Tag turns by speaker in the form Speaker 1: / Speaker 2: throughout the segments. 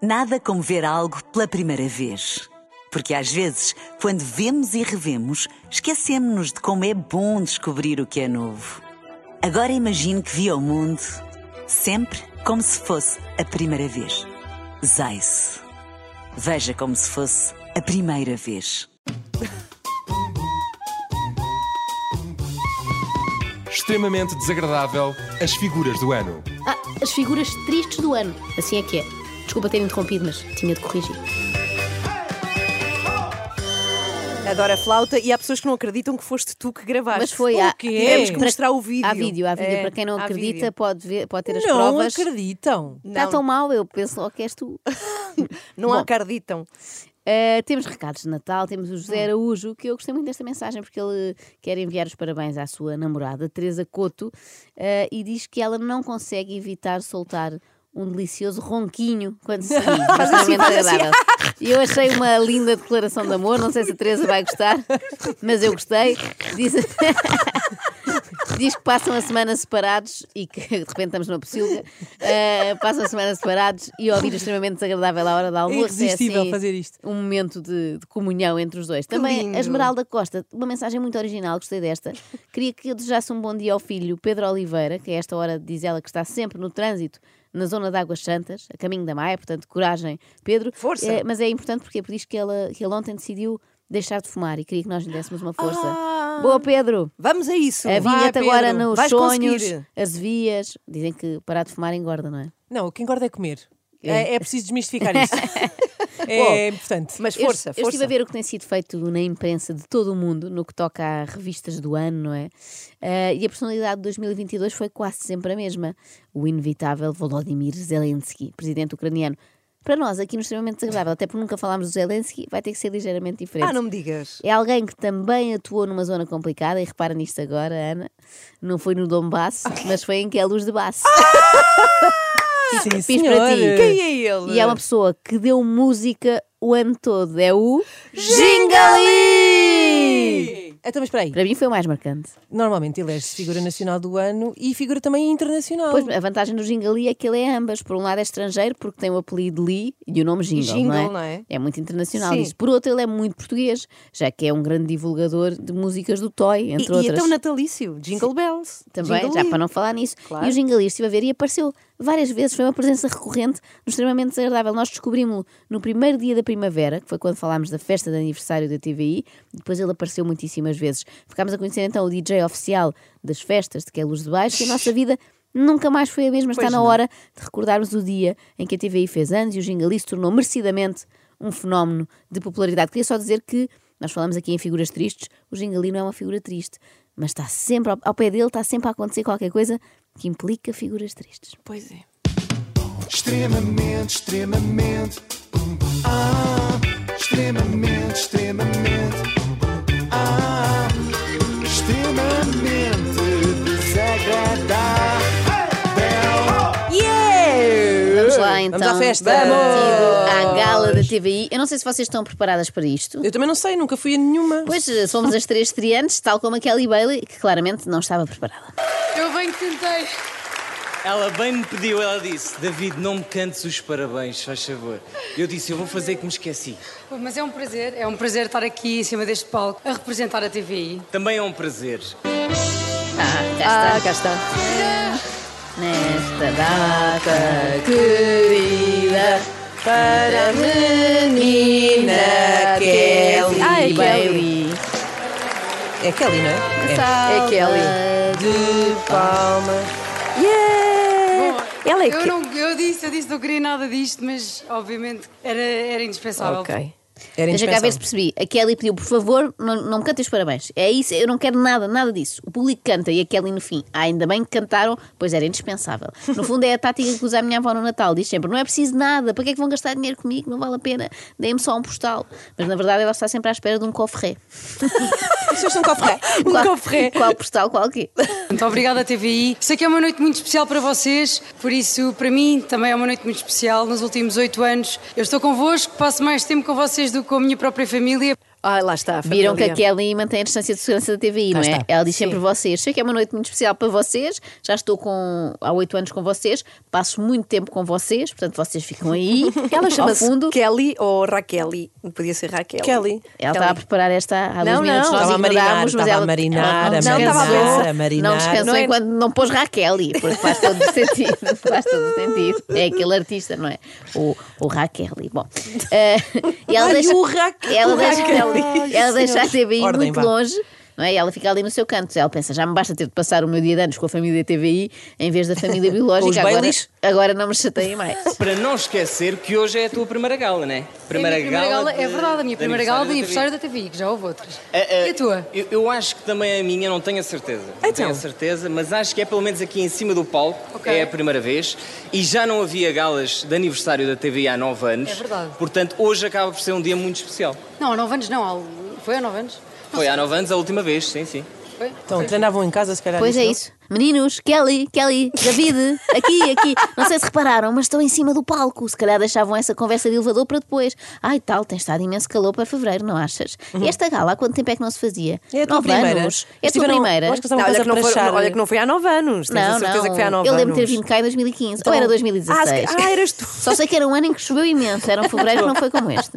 Speaker 1: Nada como ver algo pela primeira vez. Porque às vezes, quando vemos e revemos, esquecemos-nos de como é bom descobrir o que é novo. Agora imagine que viu o mundo sempre como se fosse a primeira vez. Zais. Veja como se fosse a primeira vez.
Speaker 2: Extremamente desagradável as figuras do ano.
Speaker 3: Ah, as figuras tristes do ano. Assim é que é. Desculpa ter interrompido, mas tinha de corrigir.
Speaker 4: Adoro a flauta e há pessoas que não acreditam que foste tu que gravaste.
Speaker 3: Mas foi
Speaker 4: o
Speaker 3: há-
Speaker 4: quê?
Speaker 3: tivemos que
Speaker 4: Para- mostrar o vídeo.
Speaker 3: Há vídeo, há vídeo.
Speaker 4: É,
Speaker 3: Para quem não
Speaker 4: há
Speaker 3: acredita,
Speaker 4: vídeo.
Speaker 3: pode, ver, pode ter as
Speaker 5: não
Speaker 3: provas.
Speaker 5: acreditam.
Speaker 3: Está
Speaker 4: Não.
Speaker 3: tão mal, eu penso logo que és tu.
Speaker 4: Não
Speaker 3: Bom.
Speaker 4: acreditam.
Speaker 3: Uh, temos recados de Natal, temos o José Araújo, que eu gostei muito desta mensagem porque ele quer enviar os parabéns à sua namorada, Teresa Coto, uh, e diz que ela não consegue evitar soltar um delicioso ronquinho quando se ri. Faz assim, agradável. E Eu achei uma linda declaração de amor, não sei se a Teresa vai gostar, mas eu gostei. Diz, diz que passam a semana separados e que de repente estamos numa pocilga, uh, passam a semana separados e ouvir extremamente desagradável à hora da
Speaker 5: É
Speaker 3: almoço.
Speaker 5: irresistível
Speaker 3: assim,
Speaker 5: fazer isto.
Speaker 3: um momento de, de comunhão entre os dois. Também
Speaker 4: lindo.
Speaker 3: a Esmeralda Costa, uma mensagem muito original, gostei desta. Queria que eu desejasse um bom dia ao filho Pedro Oliveira, que a esta hora diz ela que está sempre no trânsito na zona de Águas Santas, a caminho da Maia, portanto, coragem, Pedro.
Speaker 4: Força.
Speaker 3: Eh, mas é importante porque é por isso que, ela, que ele ontem decidiu deixar de fumar e queria que nós lhe dessemos uma força.
Speaker 4: Ah.
Speaker 3: Boa, Pedro!
Speaker 4: Vamos a isso.
Speaker 3: A vinheta
Speaker 5: Pedro,
Speaker 3: agora nos
Speaker 4: vais
Speaker 3: sonhos,
Speaker 4: conseguir.
Speaker 3: as vias. Dizem que parar de fumar engorda, não é?
Speaker 5: Não, o que engorda é comer. É, é preciso desmistificar isto. é
Speaker 4: Bom,
Speaker 5: importante.
Speaker 4: Mas
Speaker 3: Eu-
Speaker 4: força,
Speaker 3: eu,
Speaker 4: força.
Speaker 3: estive a ver o que tem sido feito na imprensa de todo o mundo, no que toca a revistas do ano, não é? Eh, e a personalidade de 2022 foi quase sempre a mesma. O inevitável Volodymyr Zelensky, presidente ucraniano. Para nós, aqui no extremamente desagradável, até porque nunca falámos do Zelensky, vai ter que ser ligeiramente diferente.
Speaker 4: Ah, não me digas.
Speaker 3: É alguém que também atuou numa zona complicada, e repara nisto agora, Ana, não foi no Donbass,
Speaker 4: Ah.
Speaker 3: mas foi em que é luz de baço.
Speaker 5: Sim,
Speaker 3: fiz Ah, para ti.
Speaker 5: senhora.
Speaker 4: Quem é ele?
Speaker 3: E é uma pessoa que deu música o ano todo. É o.
Speaker 5: Jingali! Então, mas espera aí.
Speaker 3: Para mim foi o mais marcante.
Speaker 5: Normalmente elege-se figura nacional do ano e figura também internacional.
Speaker 3: Pois, a vantagem do Jingali é que ele é ambas. Por um lado é estrangeiro, porque tem o apelido Lee e o nome Jingle,
Speaker 4: Jingle,
Speaker 3: não, é?
Speaker 4: não é?
Speaker 3: muito internacional.
Speaker 4: Sim.
Speaker 3: Isso. Por outro, ele é muito português, já que é um grande divulgador de músicas do Toy,
Speaker 4: E,
Speaker 3: entre
Speaker 4: e é
Speaker 3: outras.
Speaker 4: tão natalício. Jingle Bells.
Speaker 3: Também,
Speaker 4: Jingle
Speaker 3: já
Speaker 4: Lee.
Speaker 3: para não falar nisso.
Speaker 4: Claro.
Speaker 3: E o Jingali estive a ver e apareceu várias vezes, foi uma presença recorrente, no extremamente desagradável. Nós descobrimos-lo no primeiro dia da primavera, que foi quando falámos da festa de aniversário da TVI, depois ele apareceu muitíssimas vezes. Ficámos a conhecer então o DJ oficial das festas de Que é Luz de Baixo e a nossa vida. Nunca mais foi a mesma, está
Speaker 4: Pois
Speaker 3: na
Speaker 4: não.
Speaker 3: hora de recordarmos o dia em que a TVI fez anos e o Jingali se tornou merecidamente um fenómeno de popularidade. Queria só dizer que nós falamos aqui em figuras tristes, o Jingali não é uma figura triste, mas está sempre ao, ao pé dele, está sempre a acontecer qualquer coisa que implica figuras tristes.
Speaker 4: Pois é.
Speaker 6: Extremamente, extremamente. Ah, extremamente, extremamente. Ah, extremamente desagradável.
Speaker 3: Vamos lá então.
Speaker 5: à festa.
Speaker 3: Vamos à gala da TVI. Eu não sei se vocês estão preparadas para isto.
Speaker 5: Eu também não sei, nunca fui a nenhuma.
Speaker 3: Pois eh, somos as três triantes, tal como a Kelly Bailey, que claramente não estava preparada.
Speaker 7: Eu bem que tentei.
Speaker 8: Ela bem me pediu, ela disse: David, não me cantes os parabéns, faz favor. Eu disse: Eu vou fazer que me esqueci.
Speaker 7: Pô, Mas é um prazer, é um prazer estar aqui em cima deste palco a representar a TVI.
Speaker 8: Também é um prazer.
Speaker 3: Ah, cá
Speaker 4: Ah,
Speaker 3: está.
Speaker 4: cá está.
Speaker 3: Nesta data querida para a menina Kelly
Speaker 4: Ah, é Kelly.
Speaker 3: Bailey.
Speaker 5: É Kelly, não é? É.
Speaker 4: É Kelly.
Speaker 5: De palmas.
Speaker 4: Yeah! Ela é
Speaker 7: Eu,
Speaker 4: Ke-
Speaker 7: não, eu disse, eu disse, não queria nada disto, mas obviamente era, era indispensável.
Speaker 4: Ok.
Speaker 5: Era
Speaker 3: Deixa cá ver se
Speaker 5: indispensável.
Speaker 3: percebi. A Kelly pediu, por favor, não, não me cantem os parabéns. É isso, eu não quero nada, nada disso. O público canta e a Kelly no fim. Ah, ainda bem que cantaram, pois era indispensável. No fundo é a tática que usa a minha avó no Natal. Diz sempre, não é preciso nada, para que é que vão gastar dinheiro comigo? Não vale a pena, deem-me só um postal. Mas na verdade ela está sempre à espera de um cofre.
Speaker 5: Vocês são cofre.
Speaker 3: Um cofre? Qual postal, qual quê?
Speaker 7: Muito obrigada, TVI. Sei que é uma noite muito especial para vocês, por isso, para mim, também é uma noite muito especial. Nos últimos oito anos, eu estou convosco, passo mais tempo com vocês do que com a minha própria família.
Speaker 4: Ah, lá está. a
Speaker 3: Viram que
Speaker 4: família.
Speaker 3: a Kelly mantém a distância de segurança da TVI, não é?
Speaker 5: está.
Speaker 3: Ela diz sempre vocês. Sei que é uma noite muito especial para vocês, já estou com, há oito anos com vocês, passo muito tempo com vocês, portanto vocês ficam aí.
Speaker 4: Ela
Speaker 3: Ao
Speaker 4: chama-se
Speaker 3: fundo,
Speaker 4: Kelly ou Raqueli? Podia ser Raquel.
Speaker 5: Kelly.
Speaker 3: Ela está a preparar esta há dois
Speaker 4: Não,
Speaker 3: minutos.
Speaker 4: não,
Speaker 3: Nós
Speaker 5: estava a marinar,
Speaker 3: ignorámos, mas
Speaker 5: estava a
Speaker 3: ela, ela não
Speaker 5: marinar, a
Speaker 3: descansou,
Speaker 4: marinar, estava
Speaker 5: a marinar.
Speaker 3: Não descansou
Speaker 4: Não é-
Speaker 3: enquanto não pôs Raquel, porque faz todo o sentido. Faz todo o sentido. É aquele artista, não é? O, o Raquel. Bom, eh, e ela
Speaker 5: Ai,
Speaker 3: deixa,
Speaker 5: o Ra-
Speaker 3: ela
Speaker 5: o
Speaker 3: deixa,
Speaker 5: Raqueli.
Speaker 3: ela deixa a TVI
Speaker 5: Ordem,
Speaker 3: muito
Speaker 5: vá.
Speaker 3: longe. Não é? E Ela fica ali no seu canto. Ela pensa, já me basta ter de passar o meu dia de anos com a família TVI em vez da família biológica. agora,
Speaker 5: Baileys.
Speaker 3: agora não me chateiem mais.
Speaker 8: Para não esquecer que hoje é a tua primeira gala, não é?
Speaker 7: é, a minha primeira gala, é
Speaker 8: de-
Speaker 7: verdade, a minha
Speaker 8: de
Speaker 7: primeira gala de
Speaker 8: aniversário
Speaker 7: aniversário da TVI, que já houve outras.
Speaker 8: É, é,
Speaker 7: e a tua? Então.
Speaker 8: Eu, eu acho que também é a minha, não tenho a certeza. Não tenho a certeza, mas acho que é pelo menos aqui em cima do palco,
Speaker 7: Ok.
Speaker 8: é a primeira vez. E já não havia galas de aniversário da TV há nove anos.
Speaker 7: É verdade.
Speaker 8: Portanto, hoje acaba por ser um dia muito especial.
Speaker 7: Não, há nove anos não. há- um- Foi há nove anos?
Speaker 8: Foi há nove anos a última vez, sim, sim.
Speaker 7: Foi?
Speaker 5: Então, treinavam em casa, se calhar.
Speaker 3: Pois é
Speaker 5: não?
Speaker 3: isso. Meninos, Kelly, Kelly, David, aqui, aqui. Não sei se repararam, mas estão em cima do palco. Se calhar deixavam essa conversa de elevador para depois. Ai, tal, tem estado imenso calor para fevereiro, não achas? E esta gala, há quanto tempo é que não se fazia?
Speaker 5: É a tua
Speaker 3: Nove
Speaker 5: primeira.
Speaker 3: anos. É a tua
Speaker 5: Estiveram-
Speaker 3: primeira.
Speaker 5: eu acho que estavam
Speaker 4: Não, olha,
Speaker 5: quase
Speaker 4: que não
Speaker 5: a
Speaker 4: foi,
Speaker 5: pranchar.
Speaker 4: olha que não foi há nove anos. Tenho a
Speaker 3: Não,
Speaker 4: certeza
Speaker 3: não.
Speaker 4: que foi há nove
Speaker 3: Eu
Speaker 4: anos.
Speaker 3: lembro de ter vindo cá em 2015. Ou era 2016.
Speaker 4: Ah, se- ah, eras tu.
Speaker 3: Só sei que era um ano em que choveu imenso. Era um fevereiro que não foi como este.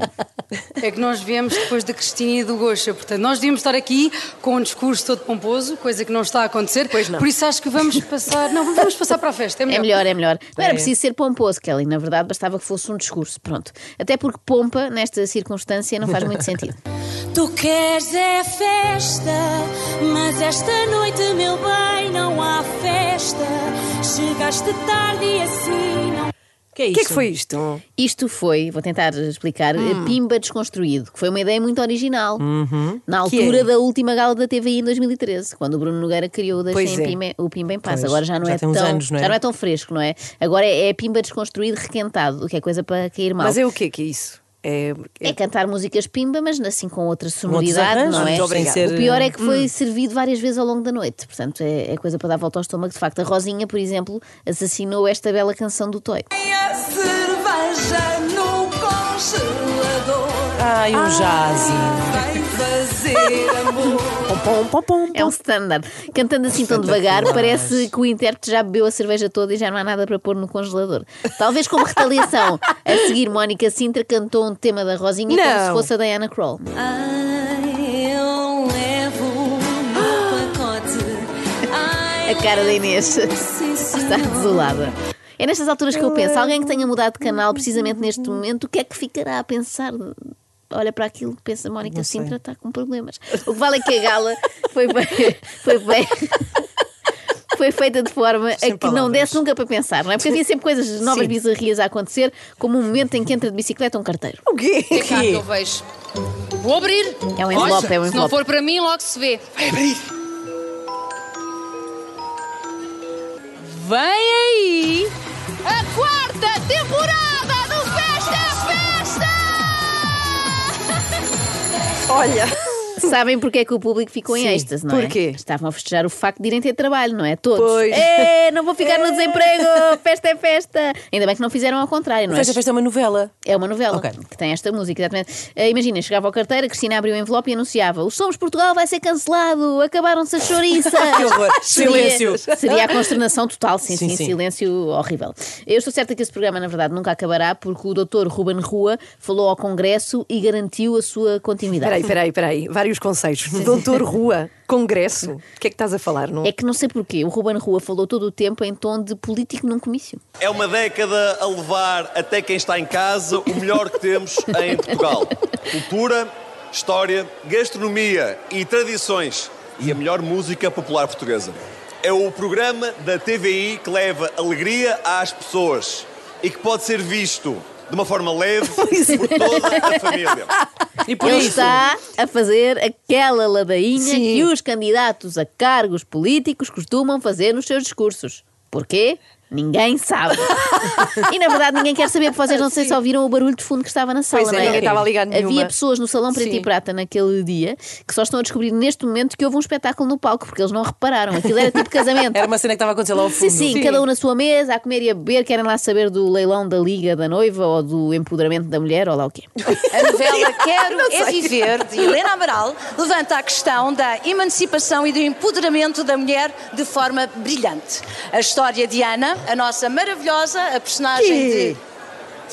Speaker 7: É que nós viemos depois da Cristina e do Gocha, portanto, nós devíamos estar aqui com um discurso todo pomposo, coisa que não está a acontecer. Pois não. Por isso acho que vamos passar. Não, vamos passar para a festa. É
Speaker 3: É
Speaker 7: melhor.
Speaker 3: melhor, é melhor. Não era preciso ser pomposo, Kelly. Na verdade, bastava que fosse um discurso. Pronto. Até porque pompa, nesta circunstância, não faz muito sentido.
Speaker 9: Tu queres é festa, mas esta noite, meu bem, não há festa. Chegaste tarde e assim não.
Speaker 5: Que é
Speaker 4: O
Speaker 5: isso?
Speaker 4: que é que foi isto?
Speaker 3: Isto foi, vou tentar explicar,
Speaker 5: Hum.
Speaker 3: Pimba Desconstruído, que foi uma ideia muito original. Na
Speaker 5: Que
Speaker 3: altura
Speaker 5: é?
Speaker 3: da última gala da TVI em 2013, quando o Bruno Nogueira criou o Deixem
Speaker 4: Pois é.
Speaker 3: Pimba- o Pimba em Paz.
Speaker 5: Pois,
Speaker 3: Agora já não,
Speaker 5: já
Speaker 3: é
Speaker 5: tem uns
Speaker 3: tão,
Speaker 5: anos, não é?
Speaker 3: já não é tão fresco, não é? Agora é, é Pimba Desconstruído requentado, o que é coisa para cair mal.
Speaker 4: Mas é o que é que é isso? É, é-
Speaker 3: É cantar músicas pimba, mas assim com outra sonoridade,
Speaker 5: arranjos,
Speaker 3: não é?
Speaker 5: sem ser-
Speaker 3: O pior é que
Speaker 5: Hum.
Speaker 3: foi servido várias vezes ao longo da noite, portanto é, é coisa para dar volta ao estômago. De facto, a Rosinha, por exemplo, assassinou esta bela canção do Toy.
Speaker 9: Cerveja no congelador.
Speaker 5: Ai, um jazz.
Speaker 9: Vem fazer amor.
Speaker 5: Pom, pom, pom.
Speaker 3: É um standard. Cantando assim tão devagar, parece que o intérprete já bebeu a cerveja toda e já não há nada para pôr no congelador. Talvez como retaliação. A seguir, Mónica Sintra cantou um tema da Rosinha como
Speaker 4: Não.
Speaker 3: se fosse a Diana Kroll.
Speaker 9: Ai, eu levo no pacote. Ai,
Speaker 3: A cara da Inês
Speaker 9: sim, senhor.
Speaker 3: está desolada. É nestas alturas que eu penso, alguém que tenha mudado de canal precisamente neste momento, o que é que ficará a pensar? Olha para aquilo, pensa Mónica Sintra está com problemas. O que vale é que a gala foi bem. Foi bem. Foi feita de forma a que não desse nunca para pensar, não é? Porque havia sempre coisas novas bizarrias a acontecer, como o momento em que entra de bicicleta um carteiro.
Speaker 4: O quê?
Speaker 7: É cá que eu vejo. Vou abrir.
Speaker 3: É um envelope, é um
Speaker 7: Se não
Speaker 3: envelope.
Speaker 7: for para mim, logo se vê. Vai abrir. Vem aí a quarta temporada do Festa
Speaker 4: Olha.
Speaker 3: Sabem porque é que o público ficou
Speaker 5: Sim,
Speaker 3: em êxtase, não é?
Speaker 4: porquê?
Speaker 3: Estavam a festejar o facto de irem ter trabalho, não é? Todos.
Speaker 4: Pois.
Speaker 3: "Eh, não vou
Speaker 5: É.
Speaker 3: ficar no desemprego! Festa é festa! Ainda bem que não fizeram ao contrário, não é?
Speaker 5: Festa, festa é uma novela.
Speaker 3: É uma novela
Speaker 5: Ok.
Speaker 3: que tem esta música, exatamente. Eh, Imagina, chegava ao carteiro, a Cristina abriu o envelope e anunciava: Os Somos Portugal vai ser cancelado, acabaram-se as chouriças. que
Speaker 5: horror. Silêncio.
Speaker 3: Seria a consternação total, sim, sim,
Speaker 5: Sim, sim.
Speaker 3: silêncio horrível. Eu estou certa que esse programa, na verdade, nunca acabará, porque o doutor Ruben Rua falou ao Congresso e garantiu a sua continuidade.
Speaker 4: Peraí, peraí, peraí. Vários conceitos. Doutor Rua, Congresso. O que é que estás a falar? Não?
Speaker 3: É que não sei porquê, o Ruben Rua falou todo o tempo em tom de político num comício.
Speaker 10: É uma década a levar até quem está em casa o melhor que temos em Portugal. Cultura, história, gastronomia e tradições e a melhor música popular portuguesa. É o programa da TVI que leva alegria às pessoas e que pode ser visto de uma forma leve por toda a família.
Speaker 5: E por
Speaker 3: Ele
Speaker 5: isso.
Speaker 3: está a fazer aquela ladainha
Speaker 4: Sim.
Speaker 3: que os candidatos a cargos políticos costumam fazer nos seus discursos. Porquê? Ninguém sabe. e na verdade ninguém quer saber, porque vocês não sei se ouviram o barulho de fundo que estava na sala.
Speaker 4: Pois é,
Speaker 3: não é?
Speaker 4: ninguém estava a ligar nenhuma.
Speaker 3: Havia pessoas no Salão Preto
Speaker 4: Sim.
Speaker 3: e Prata naquele dia que só estão a descobrir neste momento que houve um espetáculo no palco, porque eles não repararam. Aquilo era tipo casamento.
Speaker 5: Era é uma cena que estava a acontecer lá ao
Speaker 3: Sim,
Speaker 5: fundo.
Speaker 3: sim, cada um na sua mesa, a comer e a beber, querem lá saber do leilão da liga da noiva ou do empoderamento da mulher ou lá o quê.
Speaker 11: A novela Quero é Viver, de Helena Amaral, levanta a questão da emancipação e do empoderamento da mulher de forma brilhante. A história de Ana, a nossa maravilhosa, a personagem
Speaker 4: Que?
Speaker 11: de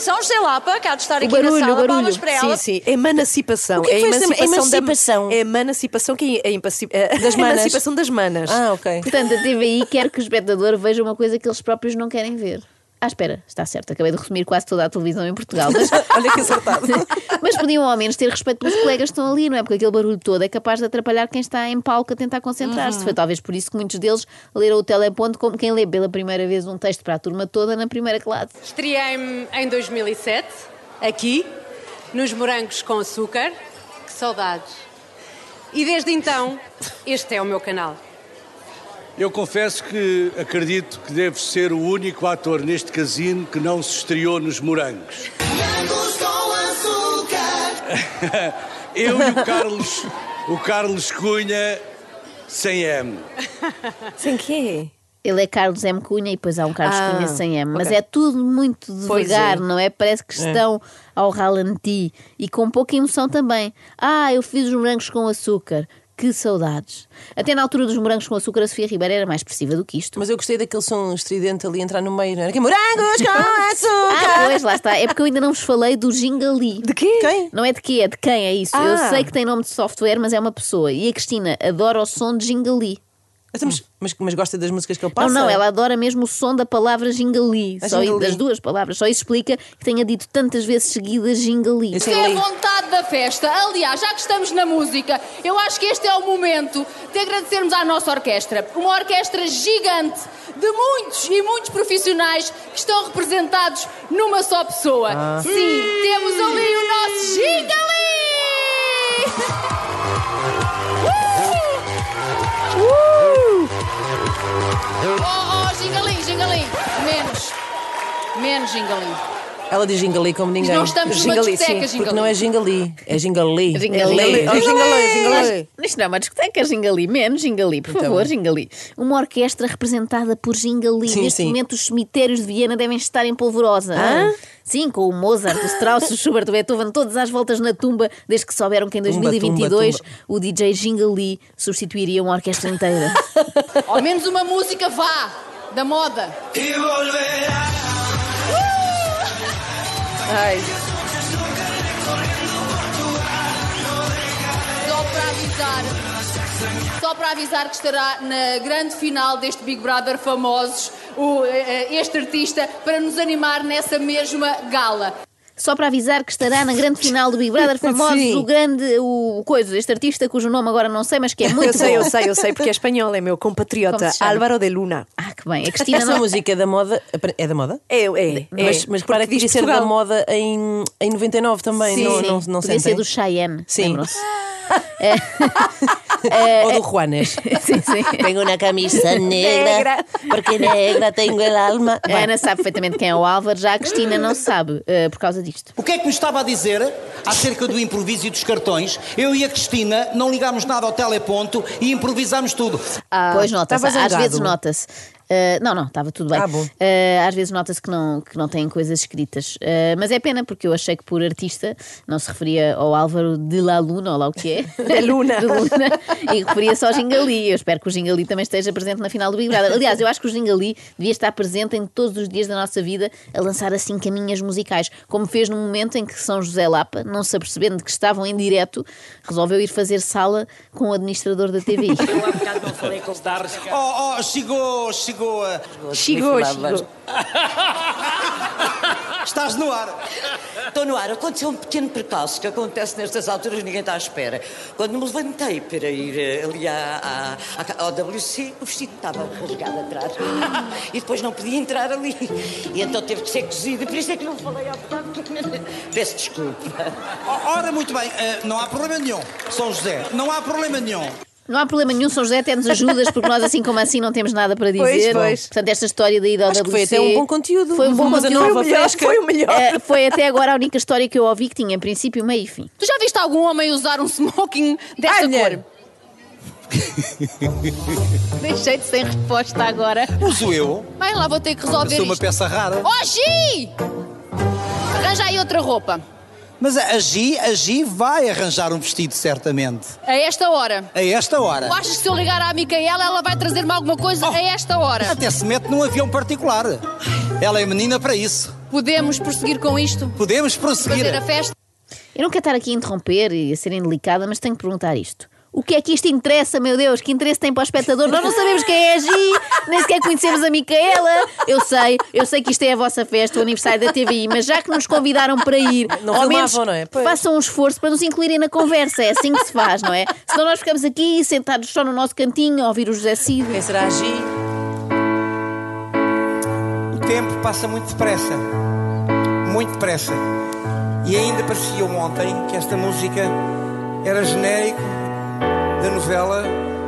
Speaker 11: São José Lapa, cá de estar aqui na sala, palmas para ela.
Speaker 4: Sim, sim. Emancipação.
Speaker 11: O que é que
Speaker 4: É
Speaker 11: foi essa
Speaker 4: emancipação. da- É emancipação que é a empaci- a-
Speaker 5: Das
Speaker 4: a
Speaker 5: manas.
Speaker 4: emancipação das manas.
Speaker 5: Ah, ok.
Speaker 3: Portanto, a TVI quer que o espectador veja uma coisa que eles próprios não querem ver. Ah, espera, está certo, acabei de resumir quase toda a televisão em Portugal. Mas,
Speaker 5: Olha que acertado.
Speaker 3: mas podiam ao menos ter respeito pelos colegas que estão ali, não é? Porque aquele barulho todo é capaz de atrapalhar quem está em palco a tentar concentrar-se.
Speaker 11: Uhum.
Speaker 3: Foi talvez por isso que muitos deles leram o teleponto como quem lê pela primeira vez um texto para a turma toda na primeira classe.
Speaker 12: Estreiei-me em 2007, aqui, nos Morangos com Açúcar. Que saudades. E desde então, este é o meu canal.
Speaker 13: Eu confesso que acredito que devo ser o único ator neste casino que não se estreou nos morangos.
Speaker 6: com açúcar.
Speaker 13: Eu e o Carlos, o Carlos Cunha, sem M.
Speaker 3: Sem quê? Ele é Carlos M. Cunha e depois há um Carlos
Speaker 4: Ah,
Speaker 3: Cunha sem M. Mas
Speaker 4: ok.
Speaker 3: é tudo muito
Speaker 4: Pois
Speaker 3: devagar,
Speaker 4: é.
Speaker 3: não é? Parece que
Speaker 4: É.
Speaker 3: estão ao ralenti e com pouca emoção também. Ah, eu fiz os morangos com açúcar. Que saudades. Até na altura dos morangos com açúcar, a Sofia Ribeiro era mais expressiva do que isto.
Speaker 5: Mas eu gostei daquele som estridente ali entrar no meio, não era? Que é morangos com açúcar!
Speaker 3: Ah, pois, lá está. É porque eu ainda não vos falei do Jingali. De
Speaker 4: quê?
Speaker 5: Quem?
Speaker 3: Não é de quê, é de quem, é isso.
Speaker 5: Ah.
Speaker 3: Eu sei que tem nome de software, mas é uma pessoa. E a Cristina adora o som de Jingali.
Speaker 5: Então, mas, mas, mas gosta das músicas que ele passa?
Speaker 3: Não, não, ela adora mesmo o som da palavra jingali,
Speaker 5: A
Speaker 3: só
Speaker 5: jingali.
Speaker 3: das duas palavras. Só isso explica que tenha dito tantas vezes seguidas jingali.
Speaker 12: Isto é a vontade da festa. Aliás, já que estamos na música, eu acho que este é o momento de agradecermos à nossa orquestra. Uma orquestra gigante de muitos e muitos profissionais que estão representados numa só pessoa.
Speaker 6: Ah.
Speaker 12: Sim, temos ali o nosso Gigali! Uh! Oh, oh, Gingalim, Gingalim! Menos. Menos Gingalim.
Speaker 5: Ela diz gingali como ninguém.
Speaker 12: não estamos numa
Speaker 5: Gingali,
Speaker 12: discoteca,
Speaker 5: sim, Porque
Speaker 12: gingali.
Speaker 5: não é gingali, é gingali.
Speaker 3: Jingali.
Speaker 5: É gingali, gingali.
Speaker 3: Mas Isto não é uma discoteca, Jingali, menos Jingali, por
Speaker 5: Então.
Speaker 3: favor, Jingali. Uma orquestra representada por Jingali.
Speaker 5: Sim,
Speaker 3: Neste
Speaker 5: sim. Ah?
Speaker 3: momento, os cemitérios de Viena devem estar em polvorosa.
Speaker 5: Hã?
Speaker 3: Sim, com o Mozart, o Strauss, o Schubert, o Beethoven, todos às voltas na tumba, desde que souberam que em
Speaker 5: Tumba,
Speaker 3: 2022
Speaker 5: tumba,
Speaker 3: o DJ Jingali substituiria uma orquestra inteira.
Speaker 12: Ao menos uma música vá, da moda.
Speaker 6: E volverá.
Speaker 12: Ai. Só para avisar. Só para avisar que estará na grande final deste Big Brother famosos o, eh, eh, este artista para nos animar nessa mesma gala.
Speaker 3: Só para avisar que estará na grande final do Big Brother famosos
Speaker 4: Sim.
Speaker 3: o grande, o coisa, este artista cujo nome agora não sei, mas que é muito
Speaker 4: eu sei,
Speaker 3: bom.
Speaker 4: eu sei, eu sei, porque é espanhol, é meu compatriota.
Speaker 3: Como se chama?
Speaker 4: Álvaro de Luna.
Speaker 3: Ah, que bem. A Cristina
Speaker 5: Essa
Speaker 3: não-
Speaker 5: música da moda. É da moda?
Speaker 4: É, é. é.
Speaker 5: Mas, mas para que
Speaker 4: diz
Speaker 5: podia ser
Speaker 4: Portugal.
Speaker 5: da moda em, em 99 também,
Speaker 3: Sim,
Speaker 5: não,
Speaker 3: sim.
Speaker 5: não, não
Speaker 3: Podia ser
Speaker 5: sentem?
Speaker 3: do Cheyenne,
Speaker 5: Sim.
Speaker 3: É,
Speaker 5: Ou do Juanes.
Speaker 3: sim, sim.
Speaker 5: Tenho uma camisa negra, porque negra tenho el alma.
Speaker 3: A Ana sabe perfeitamente quem é o Álvaro, já a Cristina não sabe, eh, por causa disto.
Speaker 14: O que é que nos estava a dizer acerca do improviso e dos cartões? Eu e a Cristina não ligámos nada ao teleponto e improvisámos tudo.
Speaker 3: pois nota-se,
Speaker 14: Estavas
Speaker 3: às
Speaker 14: zangado.
Speaker 3: vezes nota-se. Eh, não, não, estava tudo bem.
Speaker 14: Ah, bom.
Speaker 3: Eh, às vezes nota-se que não, que não têm coisas escritas. Eh, mas é pena, porque eu achei que por artista não se referia ao Álvaro de La Luna, ou lá o que é.
Speaker 4: Da Luna.
Speaker 3: De Luna. E referia-se ao Gingali. Eu espero que o Gingali também esteja presente na final do Big Brother. Aliás, eu acho que o Gingali devia estar presente em todos os dias da nossa vida a lançar assim caminhas musicais, como fez no momento em que São José Lapa, não se apercebendo de que estavam em direto, resolveu ir fazer sala com o administrador da TV.
Speaker 14: Oh, oh, chegou, chegou. a-
Speaker 3: Chegou, chegou.
Speaker 15: Estás no ar. Estou no ar. Aconteceu um pequeno percalço que acontece nestas alturas, ninguém está à espera. Quando me levantei para ir eh, ali à, à- à- ao WC, o vestido estava rasgado atrás. E depois não podia entrar ali. E então teve que ser cozido. Por isso é que não falei há bocado. Peço desculpa.
Speaker 14: Ora, muito bem, eh, não há problema nenhum, São José. Não há problema nenhum.
Speaker 3: Não há problema nenhum, São José até nos ajudas, porque nós, assim como assim, não temos nada para dizer.
Speaker 4: Pois, pois.
Speaker 3: Portanto, esta história da ida ao
Speaker 4: Acho que foi
Speaker 3: WC
Speaker 4: até um bom conteúdo.
Speaker 3: Foi um bom
Speaker 4: Uma coisa
Speaker 3: conteúdo.
Speaker 4: nova, Foi o melhor, fresca. foi o melhor.
Speaker 3: Eh, foi até agora a única história que eu ouvi que tinha princípio, meio e fim.
Speaker 12: Tu já viste algum homem usar um smoking dessa cor? Deixei-te sem resposta agora.
Speaker 14: Uso eu.
Speaker 12: Bem, lá vou ter que resolver
Speaker 14: Sou uma
Speaker 12: isto.
Speaker 14: peça rara.
Speaker 12: Oh, Gi! Arranja aí outra roupa.
Speaker 14: Mas a a Gi, a Gi vai arranjar um vestido, certamente.
Speaker 12: A esta hora.
Speaker 14: A esta hora.
Speaker 12: Tu achas que se eu ligar à Micaela, ela vai trazer-me alguma coisa
Speaker 14: Oh.
Speaker 12: a esta hora?
Speaker 14: Até se mete num avião particular. Ela é menina para isso.
Speaker 12: Podemos prosseguir com isto?
Speaker 14: Podemos prosseguir.
Speaker 12: Fazer a festa?
Speaker 3: Eu não quero estar aqui a interromper e a ser indelicada, mas tenho que perguntar isto. O que é que isto interessa, meu Deus? Que interesse tem para o espectador? Nós não sabemos quem é a Gi, nem sequer conhecemos a Micaela. Eu sei, eu sei que isto é a vossa festa, o aniversário da TVI, mas já que nos convidaram para ir,
Speaker 5: Não
Speaker 3: ao
Speaker 5: filmavam,
Speaker 3: menos
Speaker 5: não é? Pois.
Speaker 3: façam um esforço para nos incluírem na conversa. É assim que se faz, não é? Senão nós ficamos aqui sentados só no nosso cantinho a ouvir o José Cid. Quem
Speaker 5: será a Gi?
Speaker 16: O tempo passa muito depressa, muito depressa. E ainda parecia ontem que esta música era genérico da novela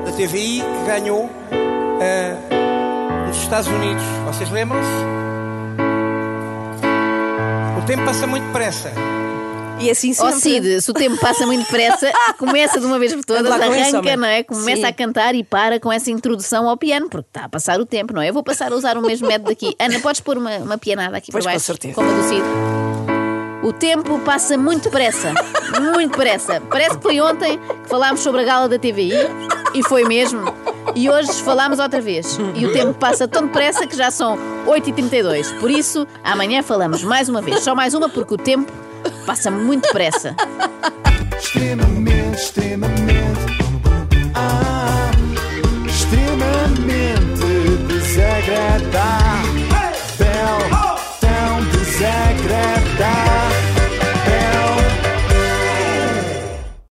Speaker 16: da TVI que ganhou ah, nos Estados Unidos. Vocês lembram-se? O tempo passa muito depressa.
Speaker 4: E assim
Speaker 3: Ó
Speaker 4: sempre.
Speaker 3: Cid, se o tempo passa muito depressa, começa de uma vez por todas,
Speaker 4: Anda lá com isso,
Speaker 3: arranca,
Speaker 4: homem.
Speaker 3: não é? Começa
Speaker 4: Sim.
Speaker 3: a cantar e para com essa introdução ao piano, porque está a passar o tempo, não é? Eu vou passar a usar o mesmo método aqui. Ana, podes pôr uma, uma pianada aqui
Speaker 4: Pois,
Speaker 3: para
Speaker 4: com
Speaker 3: baixo?
Speaker 4: certeza.
Speaker 3: Como a do Cid. O tempo passa muito depressa, muito depressa. Parece que foi ontem que falámos sobre a gala da TVI, e foi mesmo. E hoje falámos outra vez. E o tempo passa tão depressa que já são 8h32. Por isso, amanhã falamos mais uma vez. Só mais uma, porque o tempo passa muito depressa.
Speaker 6: Extremamente, extremamente. Ah, extremamente desagradável.